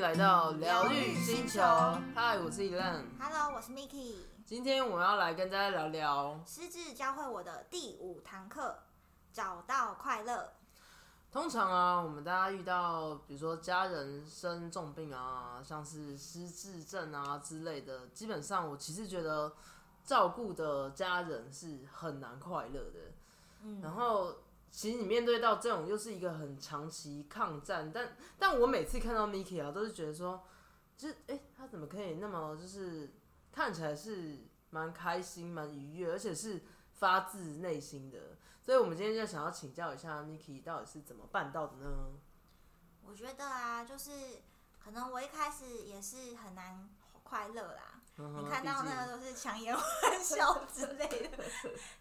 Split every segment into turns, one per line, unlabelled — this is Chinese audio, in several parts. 来到疗愈星球，嗨，我是 Elan，
Hello，我是 Miki。
今天我要来跟大家聊聊，
失智教会我的第五堂课，找到快乐。
通常啊，我们大家遇到比如说家人生重病啊，像是失智症啊之类的，基本上我其实觉得照顾的家人是很难快乐的。然
嗯，
后其实你面对到这种又是一个很长期抗战，但但我每次看到 Miki 啊，都是觉得说，就是哎、诶他怎么可以那么就是看起来是蛮开心、蛮愉悦，而且是发自内心的。所以我们今天就想要请教一下 Miki 到底是怎么办到的呢？
我觉得啊，就是可能我一开始也是很难快乐啦。
你
你看到那个都是强颜欢笑之类的，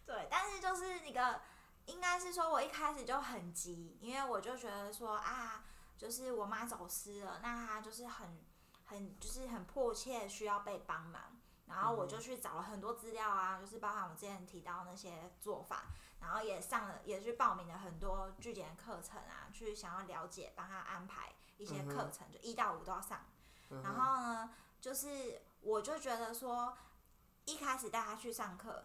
对。但是就是那个，应该是说我一开始就很急，因为我就觉得说啊，就是我妈走失了，那她就是很很就是很迫切需要被帮忙。然后我就去找了很多资料啊，就是包含我之前提到那些做法，然后也上了，也去报名了很多据点课程啊，去想要了解，帮他安排一些课程，就一到五都要上。
嗯
然后呢，就是我就觉得说，一开始带他去上课，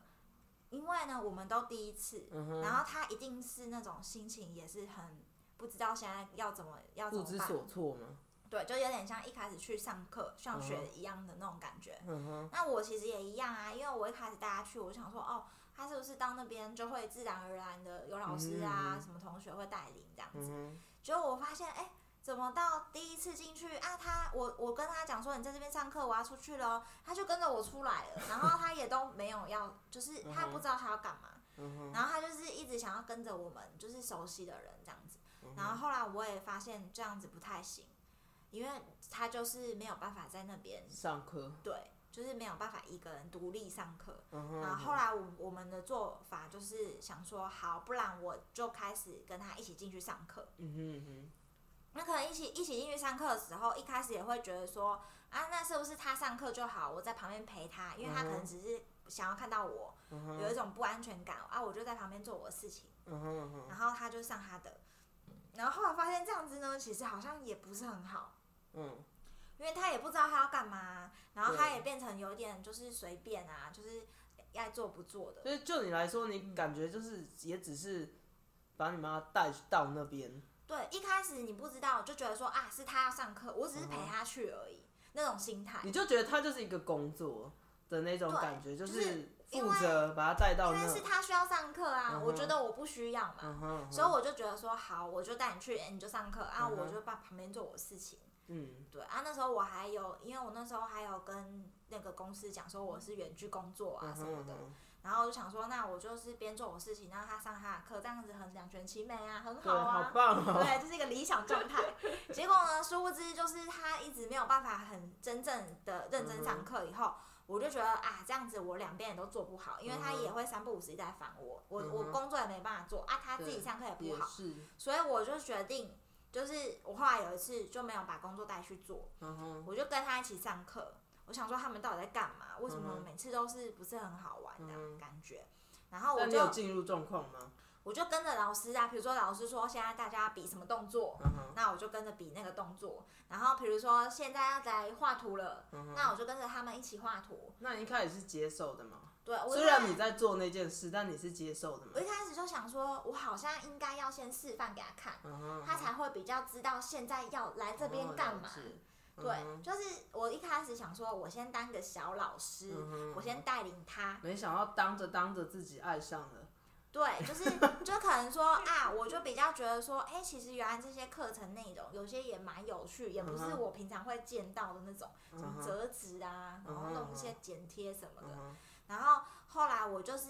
因为呢我们都第一次，
嗯哼，
然后他一定是那种心情也是很不知道现在要怎么要怎
不
么
知
办，
所措嘛，
对，就有点像一开始去上课上学
嗯
一样的那种感觉。
嗯哼，
那我其实也一样啊，因为我一开始带他去，我就想说，哦，他是不是到那边就会自然而然的有老师啊，
嗯
什么同学会带领这样
嗯
子？
哼，
结果我发现，哎、怎么到第一次进去啊？他我我跟他讲说，你在这边上课，我要出去喽，他就跟着我出来了，然后他也都没有要，就是
嗯哼
他不知道他要干嘛，
嗯哼，
然后他就是一直想要跟着我们，就是熟悉的人这样子。
嗯
然
哼
后后来我也发现这样子不太行，因为他就是没有办法在那边
上课，
对，就是没有办法一个人独立上课。
嗯哼，
然后后来我我们的做法就是想说，好，不然我就开始跟他一起进去上课。
嗯哼嗯哼，
那可能一起一起进去上课的时候，一开始也会觉得说，啊，那是不是他上课就好，我在旁边陪他，因为他
嗯
可能只是想要看到我，
嗯哼，
有一种不安全感啊，我就在旁边做我的事情，
嗯哼嗯哼
然后他就上他的。然后后来发现这样子呢，其实好像也不是很好，
嗯
因为他也不知道他要干嘛，然后他
对
也变成有点就是随便啊，就是爱做不做的。
所以就你来说，你
嗯
感觉就是也只是把你妈带到那边，
对，一开始你不知道，就觉得说啊是他要上课，我只
嗯
是陪他去而已，那种心态。
你就觉得她就是一个工作的那种
对
感觉，就
就是因
负
为
责把她带到
因
那
为。是他需要上课啊，
嗯哼
我觉得我不需要嘛，
嗯哼，嗯哼
所以我就觉得说好，我就带你去，哎你就上课啊，
嗯哼
我就把旁边做我事情。
嗯
对啊，那时候我还有，因为我那时候还有跟那个公司讲说我是远距工作啊
嗯
什么的，
哼
然后我就想说，那我就是边做我事情，然后他上他的课，这样子很两全其美啊，很
对，
好啊，
好棒哦！
对，这是一个理想状态。结果呢，殊不知就是他一直没有办法很真正的认真上课。以后、
嗯
我就觉得啊，这样子我两边也都做不好，因为他
嗯哼
也会三不五时一直在烦我，我、
嗯哼
我工作也没办法做啊，他自己
对
上课也不
也
好，
是，
所以我就决定，就是我后来有一次就没有把工作带去做，
嗯哼，
我就跟他一起上课。我想说他们到底在干嘛？为什么
嗯哼
每次都是不是很好玩的
嗯哼
感觉？然后我
但你有
就
进入状况吗？
我就跟着老师啊，比如说老师说现在大家比什么动作，
嗯哼，
那我就跟着比那个动作。然后比如说现在要来画图了，
嗯哼，
那我就跟着他们一起画图。
那你一开始是接受的嘛？
对，我
虽
一
然
开
你在做那件事，但你是接受的嘛
我？一开始就想说，我好像应该要先示范给他看，
嗯哼，哦
他才会比较知道现在要来这边干嘛。
嗯
对，
对，
就是我一开始想说，我先当个小老师，
嗯哼
我先带领他。
没想到当着当着自己爱上了，
对，就是就可能说啊，我就比较觉得说，哎、其实原来这些课程内容有些也蛮有趣，也不
嗯
是
哼
我平常会见到的那种，什
嗯
么
哼
折纸啊，然后
嗯哼
弄一些剪贴什么的。
嗯哼，
然后后来我就是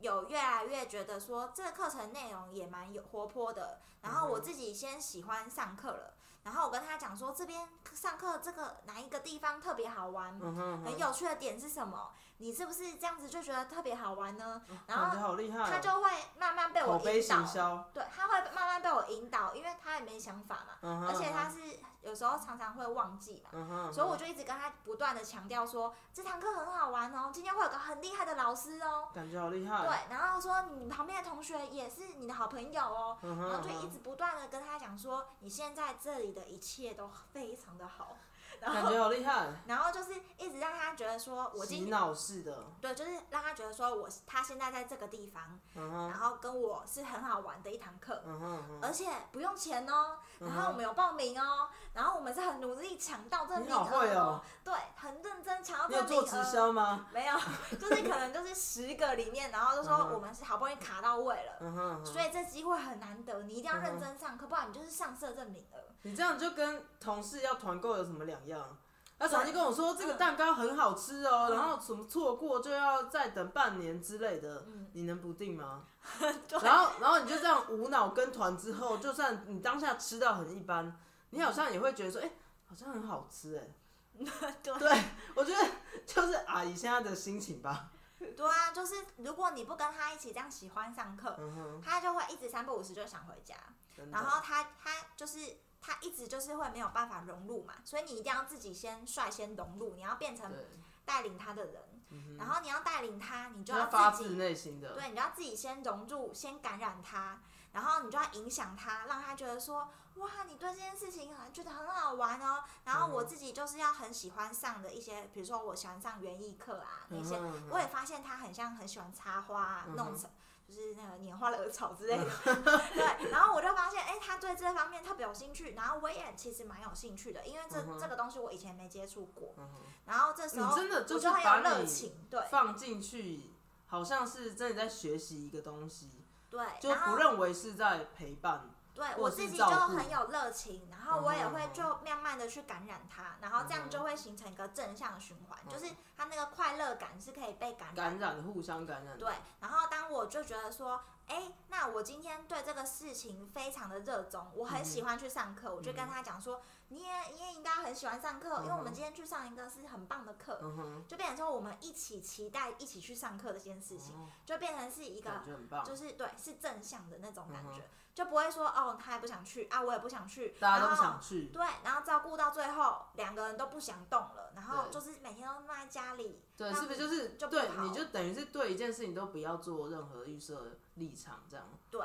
有越来越觉得说这个课程内容也蛮有活泼的，然
嗯
后我自己先喜欢上课了，然后我跟他讲说这边上课这个哪一个地方特别好玩。
嗯哼，
很有趣的点是什么？你是不是这样子就觉得特别好玩呢？然
感觉
后
好厉害哦，
他就会慢慢被我
口碑
引
行
导，
销，
对，他会慢慢被我引导，因为他也没想法嘛，
嗯哼
而且他
嗯
是有时候常常会忘记嘛。
嗯哼，
所以我就一直跟他不断的强调说，这堂课很好玩哦，今天会有个很厉害的老师哦，
感觉好厉
对
害，，
然后说你旁边的同学也是你的好朋友哦，
嗯哼，
然后就一直不断的跟他讲说，你现在这里的一切都非常的好，然
感
后
觉好厉害，
然后就是一直让他觉得说，我今
洗
天
脑式的，
对，就是让他觉得说我他现在在这个地方，
嗯
然
哼，
后跟我是很好玩的一堂课，
嗯哼嗯哼，
而且不用钱哦，然后我们有报名哦，然后我们是很努力抢到这个
你
名
好会
额
哦，
对，很认真抢到
你
这
有
个名
做直
额。
销吗？
没有，就是可能就是十个里面，然后就
嗯
说
哼
我们是好不容易卡到位了，
嗯哼，嗯哼
所以这机会很难得，你一定要
嗯哼
认真上课，不然你就是上色证明 了。
你这样就跟同事要团购有什么两样？他常
对
就跟我说这个蛋糕很好吃哦，
嗯
然后什么错过就要再等半年之类的，
嗯，
你能不定吗？
对
然后，然后你就这样无脑跟团之后，就算你当下吃到很一般，你好像也会觉 得说，哎、好像很好吃哎、
对
对， 我觉得就是阿姨现在的心情吧。
对啊，就是如果你不跟他一起这样喜欢上课，
嗯哼，
他就会一直三不五时就想回家，
真的
然后他他就是。他一直就是会没有办法融入嘛，所以你一定要自己先率先融入，你要变成
对，
带领他的人，
嗯
然后你要带领他，你就
哼，
要
要发
自己
自内心的，
对，你就要自己先融入，先感染他，然后你就要影响他，让他觉得说，哇，你对这件事情很觉得很好玩哦。然后我
嗯
自己就是要很喜欢上的一些，比如说我喜欢上园艺课啊那
嗯
些，
哼嗯
我
哼
也发现他很像很喜欢插花、啊，
嗯
弄
哼嗯
成。就是那个拈花惹草之类的， 对。然后我就发现，哎、他对这方面特别有兴趣，然后我也其实蛮有兴趣的，因为这、
嗯哼
这个东西我以前没接触过。
嗯哼
然后这时
你
候
真的
我
就是
就很有
把
热
你
情，对
放进去，好像是真的在学习一个东西，
对。
就
然后
不认为是在陪伴。
对
或
我
是
自己就
照顾
很有热情，然后我也
嗯
会
哼
就慢慢的去感染他，然后这
嗯
样
哼
就会形成一个正向的循环，
嗯
就是他那个快乐感是可以被感
感
染。
染，互相感染。
对，然后当我就觉得说，哎，那我今天对这个事情非常的热衷，我
嗯
很喜欢去上课，我就跟他讲说，你也你也应该很喜欢上课，因为
嗯
我
哼
们今天去上一个是很棒的课，
嗯哼，
就变成说我们一起期待一起去上课的这件事情，
哦
就变成是一个
感觉很棒，
就是对，是正向的那种感觉，
嗯
就不会说哦，他也不想去啊，我也不想去，
大家都
然
不
后
想去。
对，然后照顾到最后，两个人都不想动了，然后
对
就是每天都闷在家里，
对，
那
是不是就是
就不
对？
好
你就等于是对一件事情都不要做任何预设立场，这样
对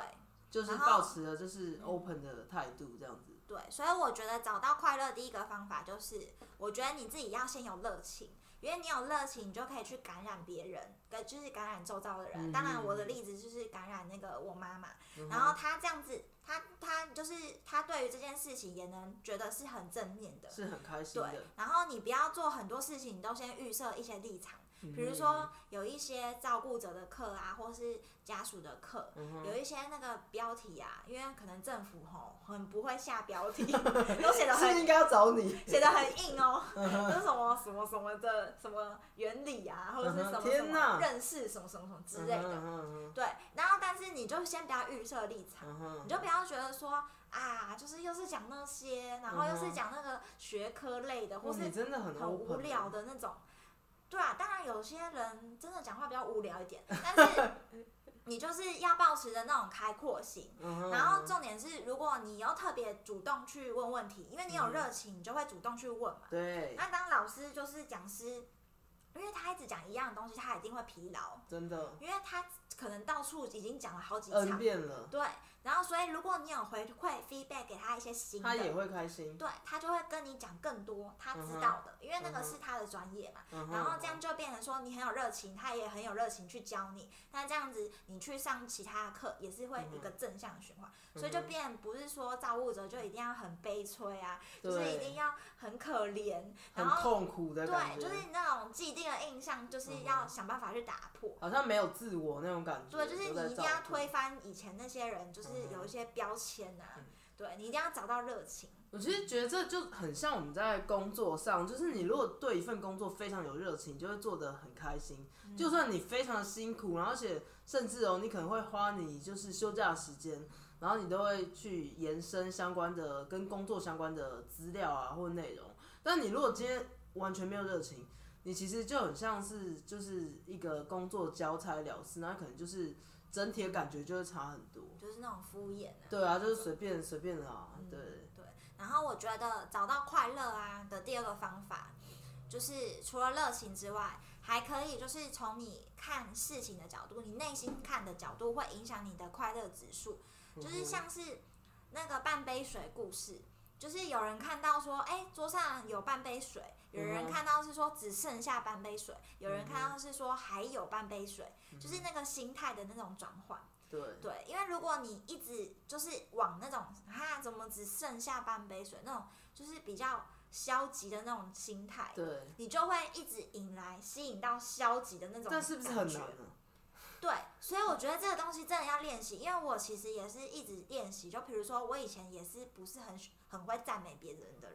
就是
然后嗯
保持了就是 open 的态度，这样子。
对，所以我觉得找到快乐第一个方法就是，我觉得你自己要先有热情，因为你有热情，你就可以去感染别人，跟就是感染周遭的人。当然，我的
嗯
例子就是感染那个我妈妈，
嗯哼
然后她这样子，她她就是她对于这件事情也能觉得是很正面的，
是很开心
对
的，，
然后你不要做很多事情，你都先预设一些立场，
比
比如说有一些照顾者的课啊，或是家属的课，
嗯
有一些那个标题啊，因为可能政府吼很不会下标 题，都写的
是不是嗯
很
应该要找你？
写的很硬哦，就是什么什么什么的什么原理啊，或者是
嗯哼
什么什
天哪
么认识什么什么什么之类
嗯
的，
哼嗯哼
对，然后但是你就先不要预设立场。
嗯哼
你就不要觉得说啊，就是又是讲那些，然后又
嗯
是讲那个学科类的，或
哇
是
你真的很
很
open，啊
无聊的那种。对啊，当然有些人真的讲话比较无聊一点，但是你就是要保持着那种开阔心。
嗯哼。
然后
嗯哼
重点是，如果你又特别主动去问问题，因为你有
嗯
热情，你就会主动去问嘛。
对，
那当老师就是讲师，因为他一直讲一样的东西，他一定会疲劳，
真的
因为他可能到处已经讲了好几
恩
场。
变了，
对，然后所以如果你有回馈 feedback 给他一些新的，
他也会开心。
对他就会跟你讲更多他知道的，因为那
嗯
个
哼
是他的专业嘛。
嗯哼
然后这样就变成说你很有热情，他也很有热情去教你。那这样子你去上其他的课也是会
嗯哼
一个正向的循环，
嗯哼
所以就变不是说照顾者就一定要很悲催啊，就是
对
一定要很可怜，
很
然后
痛苦的感
对，
觉，
就是你那种既定的印象，就
嗯
是
哼
要想办法去打破。
好像没有自我那种感觉。
对，就是
都在
你一定
照
要
顾
推翻以前那些人，就是
嗯哼
有一些标签呐、
嗯
对你一定要找到热情。
我其实觉得这就很像我们在工作上，就是你如果对一份工作非常有热情，就会做得很开心。
嗯
就算你非常辛苦，然后而且甚至哦，你可能会花你就是休假的时间，然后你都会去延伸相关的跟工作相关的资料啊或内容。但你如果今天完全没有热情，你其实就很像是就是一个工作交差了事，那可能就是整体的感觉就会差很多。
就是那种敷衍啊。
对啊，就是随便随便啦，
嗯
对。
对，然后我觉得找到快乐啊的第二个方法，就是除了热情之外，还可以就是从你看事情的角度，你内心看的角度会影响你的快乐指
嗯
数。就是像是那个半杯水故事，就是有人看到说，哎、桌上有半杯水，有
嗯
人
哼
看到是说只剩下半杯水，有人
嗯
看到是说还有半杯水，就是
嗯
那个心态的那种转换。
对，
对，因为如果你一直就是往那种哈怎么只剩下半杯水那种，就是比较消极的那种心态，
对，
你就会一直引来吸引到消极的那种。
但是不是很难？啊呢？
对，所以我觉得这个东西真的要练习，因为我其实也是一直练习。就比如说，我以前也是不是很很会赞美别人的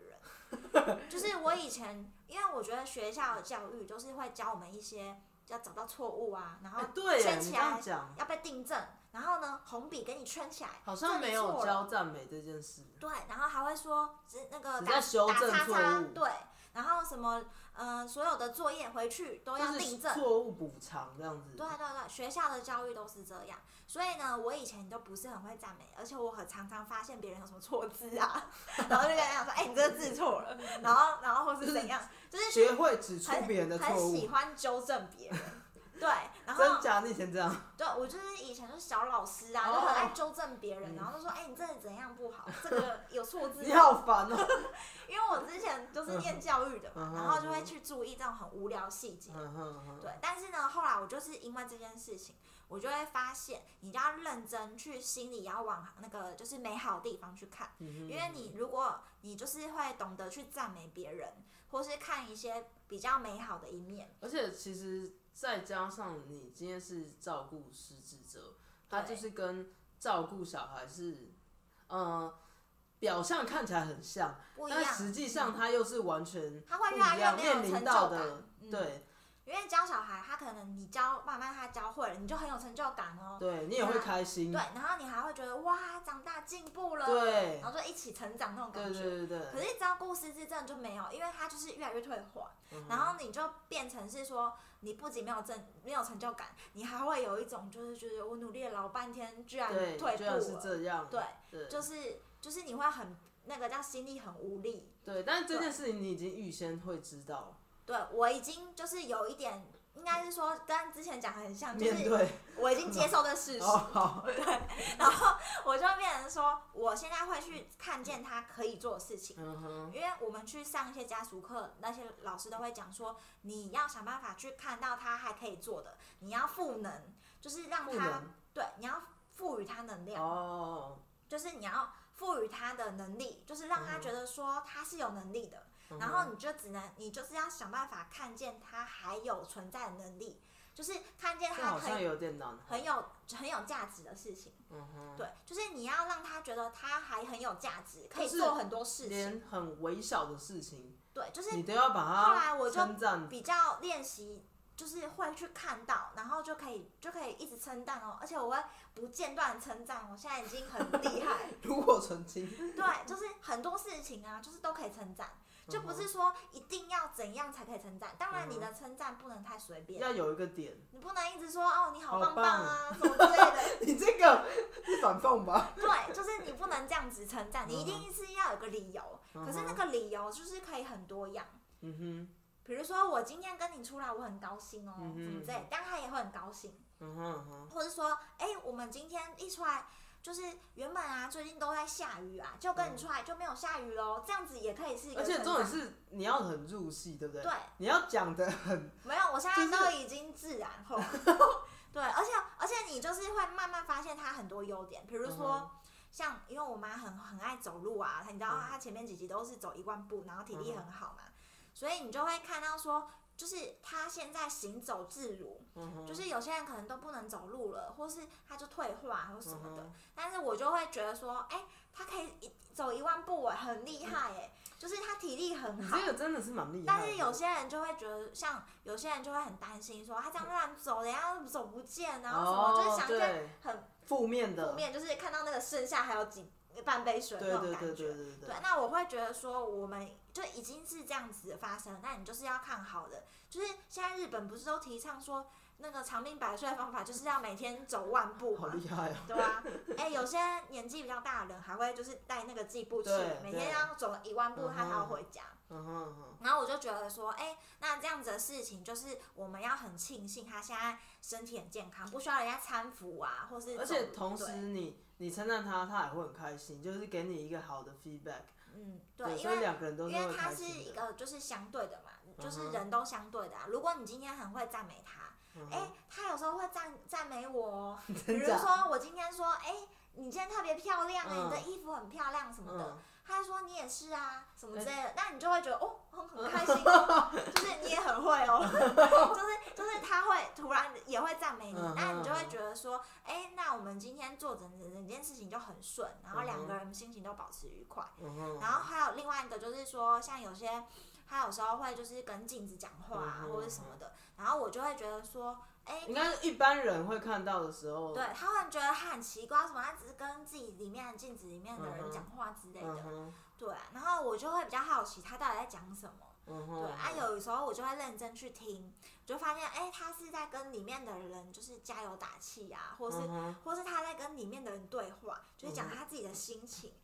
人， 就是我以前，因为我觉得学校的教育就是会教我们一些要找到错误啊，然后
哎，对耶，
圈
你
起
这样
来
讲，
要被订正，然后呢，红笔给你圈起来，
好像
这
没
里
有
错
教
了
赞美这件事。
对，然后还会说只那个
只
打
要修
打
正
叉
错
叉
误，
对，然后什么呃，所有的作业回去都要
就
订
是
正。
错误补偿这样子。
对对啊对，学校的教育都是这样，所以呢，我以前都不是很会赞美，而且我很常常发现别人有什么错字 啊，然后就跟他讲说，哎、你这个字错了，然后然后或是怎样，就是
学会指出
很
别人的
很
错误
喜，欢纠正别人，对，然后
真假？你以前这样，
对，我就是以前就是小老师啊，
哦
就很爱纠正别
嗯
人，然后就说，哎、你这里怎样不好，这个有错字，
你好烦 哦。
因为我之前就是念教育的嘛
嗯，
然后就会去注意这种很无聊细节。
嗯哼哼
对，但是呢，后来我就是因为这件事情，我就会发现，你就要认真去心里要往那个就是美好的地方去看，
嗯哼
因为你如果你就是会懂得去赞美别人，或是看一些比较美好的一面，
而且其实再加上你今天是照顾失智者，他
对
就是跟照顾小孩是，呃，表象看起来很像，
不一
但
样。
实际上
嗯
他又是完全
他
不
会
一
越来越
样，
没有
面
成
临
就
到
感，
的，
嗯，
对
因为教小孩，他可能你教慢慢他教会了，你就很有成就感哦。
对，你也会
那
开心
对，，然后你还会觉得哇，长大进步了，
嗯对
然后就一起成长那种
对
感觉。
对对对
可，是照顾失智症就没有，因为他就是越来越退化，
嗯哼
然后你就变成是说，你不仅没有正没有成就感，你还会有一种就是觉得我努力了老半天，居然
对，
退
居
步
然是
了，
这样，
对，
对
就是就是你会很那个叫心力很无力。
对，但是这件事情你已经预先会知道，
对我已经就是有一点，应该是说跟之前讲的很像，啊就
面
是
对
我已经接受这事实
哦，，好，
然后 我就变成说，我现在会去看见他可以做的事情。
嗯哼，
因为我们去上一些家属课，那些老师都会讲说，你要想办法去看到他还可以做的，你要赋能，就是让
不
他
能
对，你要赋予他能量，
哦，
就是你要赋予他的能力，就是让他
嗯
觉得说他是有能力的，
嗯
然
哼
后你就只能，你就是要想办法看见他还有存在的能力，就是看见
这
他
好
可
像
以
有点难，哦
很有很有价值的事情，
嗯哼。
对，就是你要让他觉得他还很有价值，可以
就是
做很多事情，
连很微小的事情，
对，就是
你都要
后
把
来
它
我就
称赞。
比较练习，就是会去看到，然后就可以就可以一直称赞哦，而且我会不间断地称赞，我哦现在已经很厉害，
炉火纯青，
对，就是很多事情啊，就是都可以称赞，
嗯
就不是说一定要怎样才可以称赞，当然你的称赞不能太随便，
要有一个 点。
你不能一直说哦你好
好
棒棒啊什么之类的，
你这个是反讽吧？
对，就是你不能这样子称赞，你一
嗯
定是要有个理由，可是那个理由就是可以很多样。
嗯
比如说，我今天跟你出来，我很高兴哦，
嗯哼
什么之类的，但他也会很高兴。
哼，嗯哼嗯哼，
或者说，哎、我们今天一出来，就是原本啊，最近都在下雨啊，就跟
嗯
你出来就没有下雨喽，这样子也可以是一个
而且
成
重点
长
是你要很入戏，对不对？
对，
你要讲 的很，
没有，我现
就是
在都已经自然 化，对，而且而且你就是会慢慢发现他很多优点，比如说。
嗯
像因为我妈很很爱走路啊，你知道
嗯
她前面几集都是走一万步，然后体力
嗯
很好嘛，所以你就会看到说，就是她现在行走自如，
嗯哼，
就是有些人可能都不能走路了，或是他就退化或什么的，
嗯哼
但是我就会觉得说，哎、他可以一走一万步，哎，很厉害，哎，就是他体力
嗯
很
你
好
这。个真的是蛮厉害的。
但是有些人就会觉得，像有些人就会很担心，说啊他这样乱走，人家走不见，然后什么，就是
哦，
想一些
对，
很
负面的，
负面，就是看到那个剩下还有几半杯水
对
那种
对
感觉。
对对对
对，那我会觉得说，我们就已经是这样子发生，那你就是要看好的。就是现在日本不是都提倡说，那个长命百岁的方法就是要每天走万步
好
嘛，
厉害哦！
对啊，哎、有些年纪比较大的人还会就是带那个计步器
对，
每
对
天要走一万步
嗯哼
他才会回家。
嗯哼嗯哼，
然后我就觉得说，哎、那这样子的事情就是我们要很庆幸他现在身体很健康，不需要人家搀扶啊，或是
而且
走
同时
对
你你称赞他，他也会很开心，就是给你一个好的 feedback。
嗯，对，因
所以
为
两个人都
因
是会
为它
开
是
心
一
的。
个就是相对的嘛，就
嗯
是
哼
人都相对的、啊。如果你今天很会赞美他，
嗯
哎、
哼
他有时候会赞赞美我哦，比
真
如
假
说我今天说，哎、你今天特别漂亮啊、你的
嗯
衣服很漂亮什么的，
嗯，
他说你也是啊，什么
哎
之类的，那你就会觉得哦，很 很开心哦，就是你也很会哦， 就是就是他会突然也会赞美你
嗯，
那你就会
嗯
觉得说，哎，那我们今天做整整件事情就很顺，然后两个人心情都保持愉快。
嗯哼
然后还有另外一个就是说，像有些他有时候会就是跟镜子讲话啊
嗯哼
或者什么的，然后我就会觉得说，哎，
应该是一般人会看到的时候，嗯
对，他会觉得他很奇怪，什么他只是跟自己里面的镜子里面的
嗯
人
哼
讲话之类的。
嗯哼，
对啊，然后我就会比较好奇他到底在讲什么。
嗯
对
哼，
啊，有时候我就会认真去听，就发现哎、他是在跟里面的人就是加油打气啊，或是、
嗯哼
或是他在跟里面的人对话，就是讲
嗯哼嗯
他自己的心情。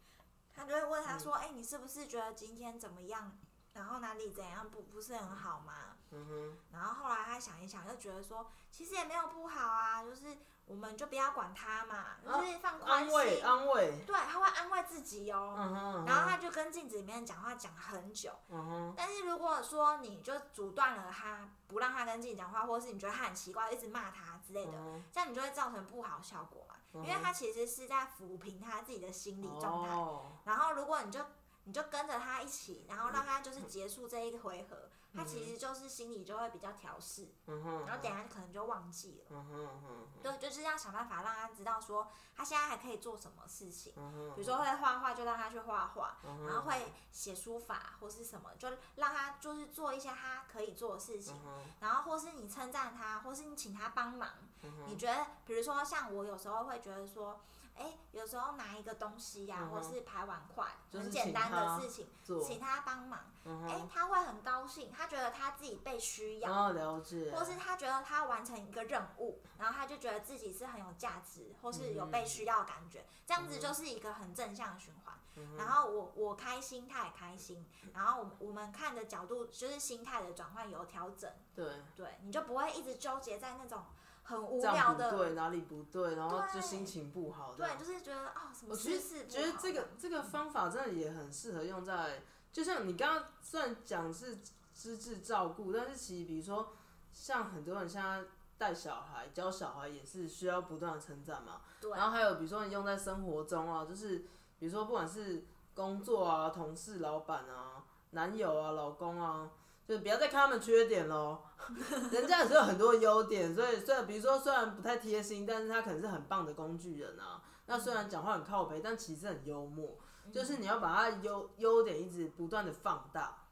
他就会问他说：“哎、你是不是觉得今天怎么样？然后哪里怎样不不是很好吗
嗯哼，？”
然后后来他想一想，就觉得说其实也没有不好啊，就是我们就不要管他嘛，就是放宽
啊安慰
心。
安慰，
对，他会安慰自己哦。
嗯哼，
然后他就跟镜子里面讲话讲很久，
嗯哼，
但是如果说你就阻断了他，不让他跟镜子讲话，或是你觉得他很奇怪，一直骂他之类
嗯
的，
哼，
这样你就会造成不好效果嘛。
因
因为他其实是在抚平他自己的心理状态，
哦，
然后如果你就你就跟着他一起，然后让他就是结束这一个回合，他
嗯
其实就是心里就会比较调试，
嗯哼，
然后等一下可能就忘记了。
嗯哼，嗯哼，
对，就是要想办法让他知道说他现在还可以做什么事情，
嗯哼，
比如说会画画就让他去画画，
嗯哼，
然后会写书法或是什么，就让他就是做一些他可以做的事情
嗯，哼，
然后或是你称赞他，或是你请他帮忙。
嗯哼，
你觉得，比如说像我有时候会觉得说，哎，有时候拿一个东西呀、
嗯
或
哼
是排碗筷，
就是
很简
请
单
他
的事情，
做，
请他帮忙，
嗯
哎、
哼，
他会很高兴，他觉得他自己被需要。
然后了解，
或是他觉得他完成一个任务，然后他就觉得自己是很有价值，或是
嗯
有被需要的感觉，这样子就是一个很正向的循环。
嗯
然后我我开心，他也开心，然后我们我们看的角度就是心态的转换有调整，
对，
对，你就不会一直纠结在那种很无
这
聊
样不
的，
对，哪里不对，然后就
对
心情不好，这样
对，就是觉得哦什么
我觉
事
得
事
觉得这个这个方法真的也很适合用在，就像你刚刚虽然讲是资质照顾，但是其实比如说像很多人现在带小孩、教小孩也是需要不断的成长嘛。
对
然后还有比如说你用在生活中啊，就是比如说不管是工作啊、同事、老板啊、男友啊、老公啊。就是不要再看他们缺点喽， 人家也是有很多优点，所以虽然比如说虽然不太贴心，但是他可能是很棒的工具人啊。那虽然讲话很靠北，但其实很幽默，
嗯
就是你要把他优优点一直不断的放大，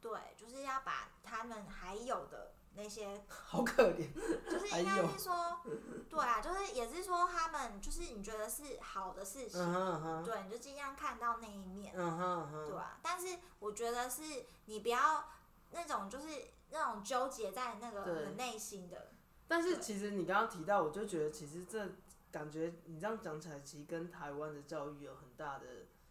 对，就是要把他们还有的那 些
好可怜。
就是应该是说，对啊，就是也是说他们就是你觉得是好的事情，
嗯哼嗯哼，
对，你就尽量看到那一面，
嗯哼嗯哼，
对啊。但是我觉得是你不要那种就是那种纠结在那个
对
很内心的，
但是其实你刚刚提到，我就觉得其实这感觉你这样讲起来，其实跟台湾的教育有很大的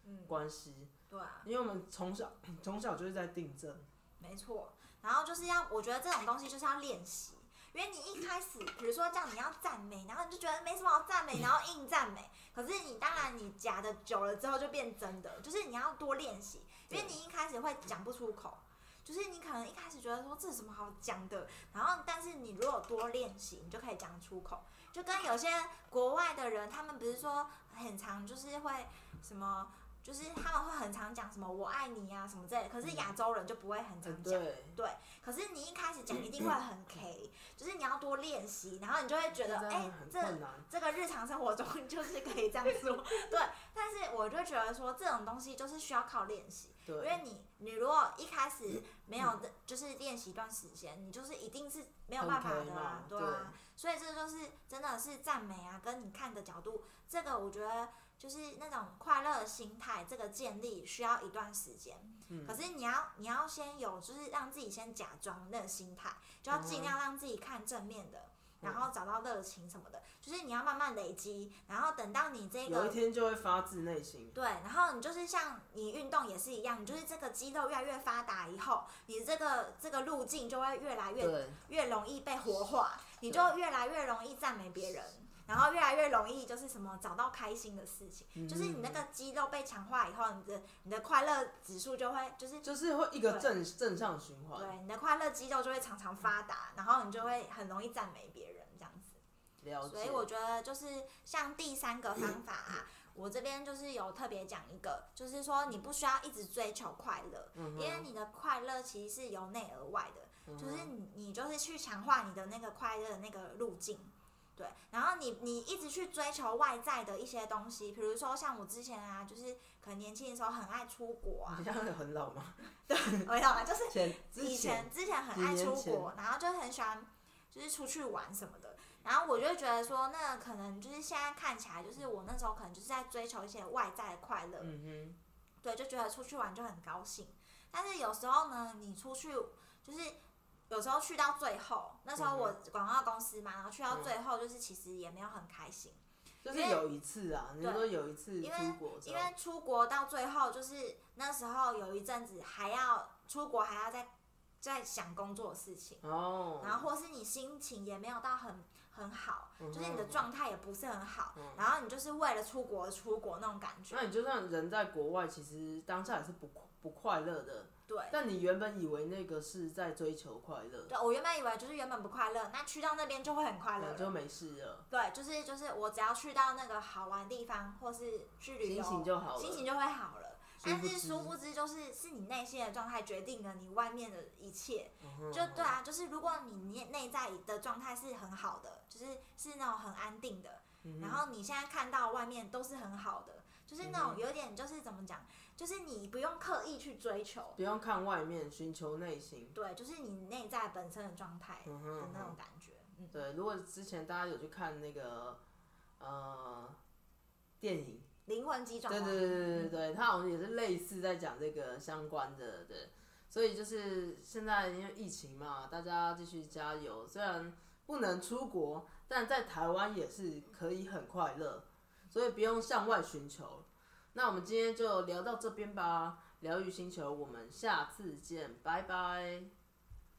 嗯，
关系，
对啊，
因为我们从小 从小就是在定正。
没错。然后就是要，我觉得这种东西就是要练习。因为你一开始，比如说这样你要赞美，然后你就觉得没什么好赞美，然后硬赞美。可是你当然你假的久了之后就变真的，就是你要多练习。因为
对
你一开始会讲不出口，就是你可能一开始觉得说这有什么好讲的，然后但是你如果多练习，你就可以讲出口。就跟有些国外的人，他们不是说很常就是会什么，就是他们会很常讲什么“我爱你”啊什么之类的，可是亚洲人就不会很
嗯，
常讲。
对，嗯
可是你一开始讲一定会很 K，就是你要多练习，然后你就会觉得
这
哎、
样很
这
困难。
这个日常生活中就是可以这样 做，对。但是我就觉得说这种东西就是需要靠练习，因
对，
为你你如果一开始没有的就是练习一段时间，你就是一定是没有
很
办法
可以
的啊
嘛，，
对啊。所以这就是真的是赞美啊，跟你看的角度，这个我觉得就是那种快乐的心态，这个建立需要一段时间。
嗯
可是你要你要先有，就是让自己先假装那个心态，就要尽量让自己看正面的，
嗯
然后找到热情什么的，就是你要慢慢累积，然后等到你这
有一
个
天就会发自内心。
对，然后你就是像你运动也是一样，你就是这个肌肉越来越发达以后，你这个这个路径就会越来越
对，
越容易被活化，你就越来越容易赞美别人，然后越来越容易就是什么找到开心的事情，
嗯
就是你那个肌肉被强化以后，你的你的快乐指数就会就是
嗯就是会一个
对
正正向循环。
对你的快乐肌肉就会常常发达，然后你就会很容易赞美别人这样子。
了
所以
解。
我觉得就是像第三个方法啊，
嗯
我这边就是有特别讲一个，就是说你不需要一直追求快乐，
嗯哼
因为你的快乐其实是由内而外的，就
嗯
是你你就是去强化你的那个快乐的那个路径。对，然后你你一直去追求外在的一些东西，比如说像我之前啊，就是可能年轻的时候很爱出国啊
你，这样很老吗？
没有啊，就是
前之
以前之前很爱
几
出
年
国，然后就很喜欢就是出去玩什么的。然后我就觉得说，那可能就是现在看起来，就是我那时候可能就是在追求一些外在的快乐，
嗯
对，就觉得出去玩就很高兴。但是有时候呢，你出去就是有时候去到最后，那
嗯
时候我广告公司嘛，然后去到最后就是其实也没有很开心。
哼，就
因
是
为
有一次啊，你
对
说有一次
因为
出国之
因
后，
为出国到最后，就是那时候有一阵子还要出国，还要再再想工作的事情。
哦，
然后或是你心情也没有到很很好，
嗯
就是你的
哼
状态也不是很好，
嗯
然后你就是为了出国而出国那种感觉，
那你就算人在国外，其实当下也是不不快乐的。
对。
但你原本以为那个是在追求快乐，
对，我啊原本以为就是原本不快乐，那去到那边就会很快乐
嗯
了。
就没事了，
对，就是就是我只要去到那个好玩的地方，或是去旅游，
心情就好了
啊心情就会好了。
殊
但
不
是
知
殊不知，就是是你内心的状态决定了你外面的一切。
嗯哼
就对啊，就是如果你内内在的状态是很好的，就是是那种很安定的，
嗯
然后你现在看到外面都是很好的，就是那
嗯
种有点就是怎么讲，就是你不用刻意去追求，
不用看外面，寻求内心。
对，就是你内在本身的状态
嗯哼
的那
嗯
种感觉，嗯，
对，如果之前大家有去看那个呃电影，
灵魂急转
对
弯，嗯
对对对对对，他好像也是类似在讲这个相关的，对。所以就是现在因为疫情嘛，大家继续加油。虽然不能出国，但在台湾也是可以很快乐，所以不用向外寻求。那我们今天就聊到这边吧，疗愈星球，我们下次见，拜拜。